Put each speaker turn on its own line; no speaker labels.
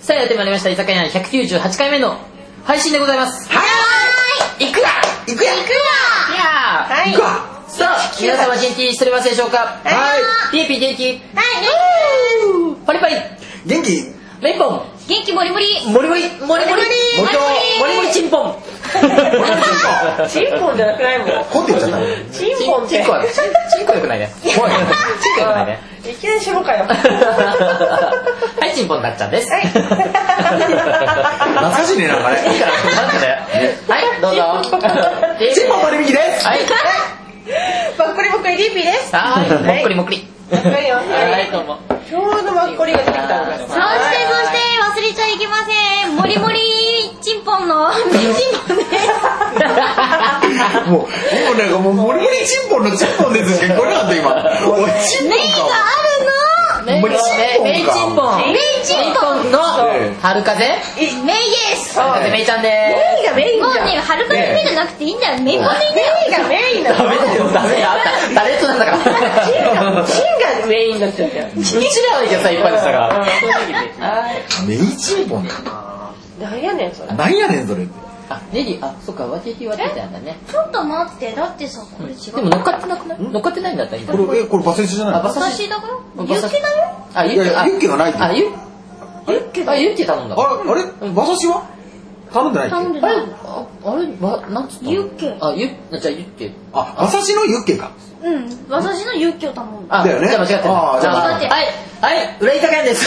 さあやってまいりました居酒屋198回目の配信でございますはいいくら
いくやいく
いやー
はい
いくわ
さあ皆様元気しておりますでしょうか
はい
ピーピー元気
はい
パリパリ
元気
レンポン
元気もりもり
モリモリモリモリ
モリモリ
モリモリチンポン
モリモリ
チンポンじゃなくないもん。
ポンって言っちゃったの
チンポンっ
チ
て
ン。コはチンチンコよくない ねチンコよくないね
いきなりしろかよ。
はい、チンポンなっちゃんです。は
情けねえな、あれ。
い、いから、なんではい、どうぞ。
チンポン丸引きです
はい、
ばっこりばっこりリーピーです。
はい、もっくりもっくり。
ばっこりよ。
はい、どうも。
ちょうどばっこりが出てきたのが。
そして
そしてそして忘れちゃいけませんもりもりちんぽんのちんぽんです
もう、もうなんかもう、モリモリチンポンのチンポンですしか聞こえなかった、今。おい、チン
メ
ポ
イ
ン
が
か。
ある
メイ
もう
チンポン。
のメイちんぽん
の
ええ
春風。
メイです
春風めいちゃんで
メインがメイン
もう
じゃん。
ね春からメイじゃなくていいんだよメイコでいいんだよ
メインがメイン
す。
なの。
メだよ、ダメだ。ダメとなんだから。
チンがメインだったんだよ。
うちらはいけさいっぱいでしたから。
メイチンポンだ。
なんやねんそれ。
なんやねん、それ。
あ、ネギ、あ、そっか、わてきわてたんだね。
ちょっと待ってだってさこれ違
でも
う
乗っかってなくない乗っかってないんだったらいいんだ
これ、え、これバセツじゃない
あバ
の
セ
私だから
バ
ユ
サ
ッケだよ
あ、
いやいやユッケがないって
あ、ユッケ。あ、ユッケ頼んだ。
あれ、あれ馬刺しは頼んでない
頼ん
っけ
で
あ
ない
れ、ああれ、わなんつったの
ユッケ
あ、ユッじゃあユッケ。
あ、馬刺しのユッケか。
うん私のユッケを頼んだ
あ、
だよね
じゃあ間違ってる。
あーじゃ
あ間違ってる
はい、はい、裏イタです。